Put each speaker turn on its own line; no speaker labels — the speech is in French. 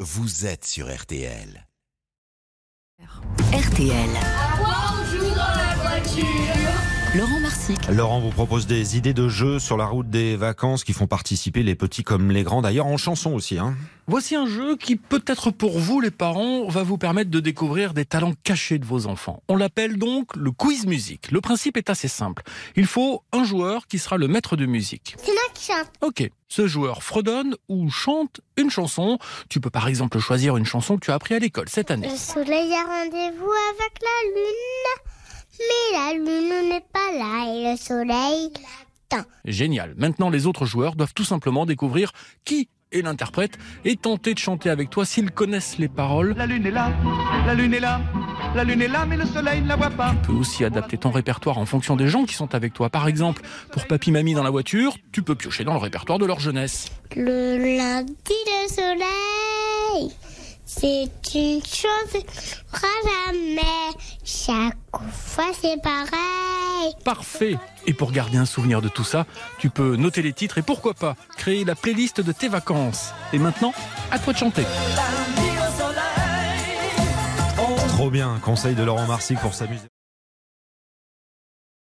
vous êtes sur RTL.
RTL.
voiture.
Laurent Marsic.
Laurent vous propose des idées de jeux sur la route des vacances qui font participer les petits comme les grands, d'ailleurs en chanson aussi. Hein.
Voici un jeu qui, peut-être pour vous les parents, va vous permettre de découvrir des talents cachés de vos enfants. On l'appelle donc le quiz musique. Le principe est assez simple. Il faut un joueur qui sera le maître de musique.
C'est moi qui chante.
Ok, ce joueur fredonne ou chante une chanson. Tu peux par exemple choisir une chanson que tu as appris à l'école cette année.
Le soleil a rendez-vous avec la lune. Mais la lune n'est pas là et le soleil.
Génial. Maintenant, les autres joueurs doivent tout simplement découvrir qui est l'interprète et tenter de chanter avec toi s'ils connaissent les paroles.
La lune est là, la lune est là, la lune est là, mais le soleil ne la voit pas.
Tu peux aussi adapter ton répertoire en fonction des gens qui sont avec toi. Par exemple, pour papy-mamie dans la voiture, tu peux piocher dans le répertoire de leur jeunesse.
Le lundi, le soleil. C'est une chose qu'on ne fera jamais. Chaque fois, c'est pareil.
Parfait Et pour garder un souvenir de tout ça, tu peux noter les titres et pourquoi pas créer la playlist de tes vacances. Et maintenant, à toi de chanter.
Trop bien, conseil de Laurent Marcy pour s'amuser.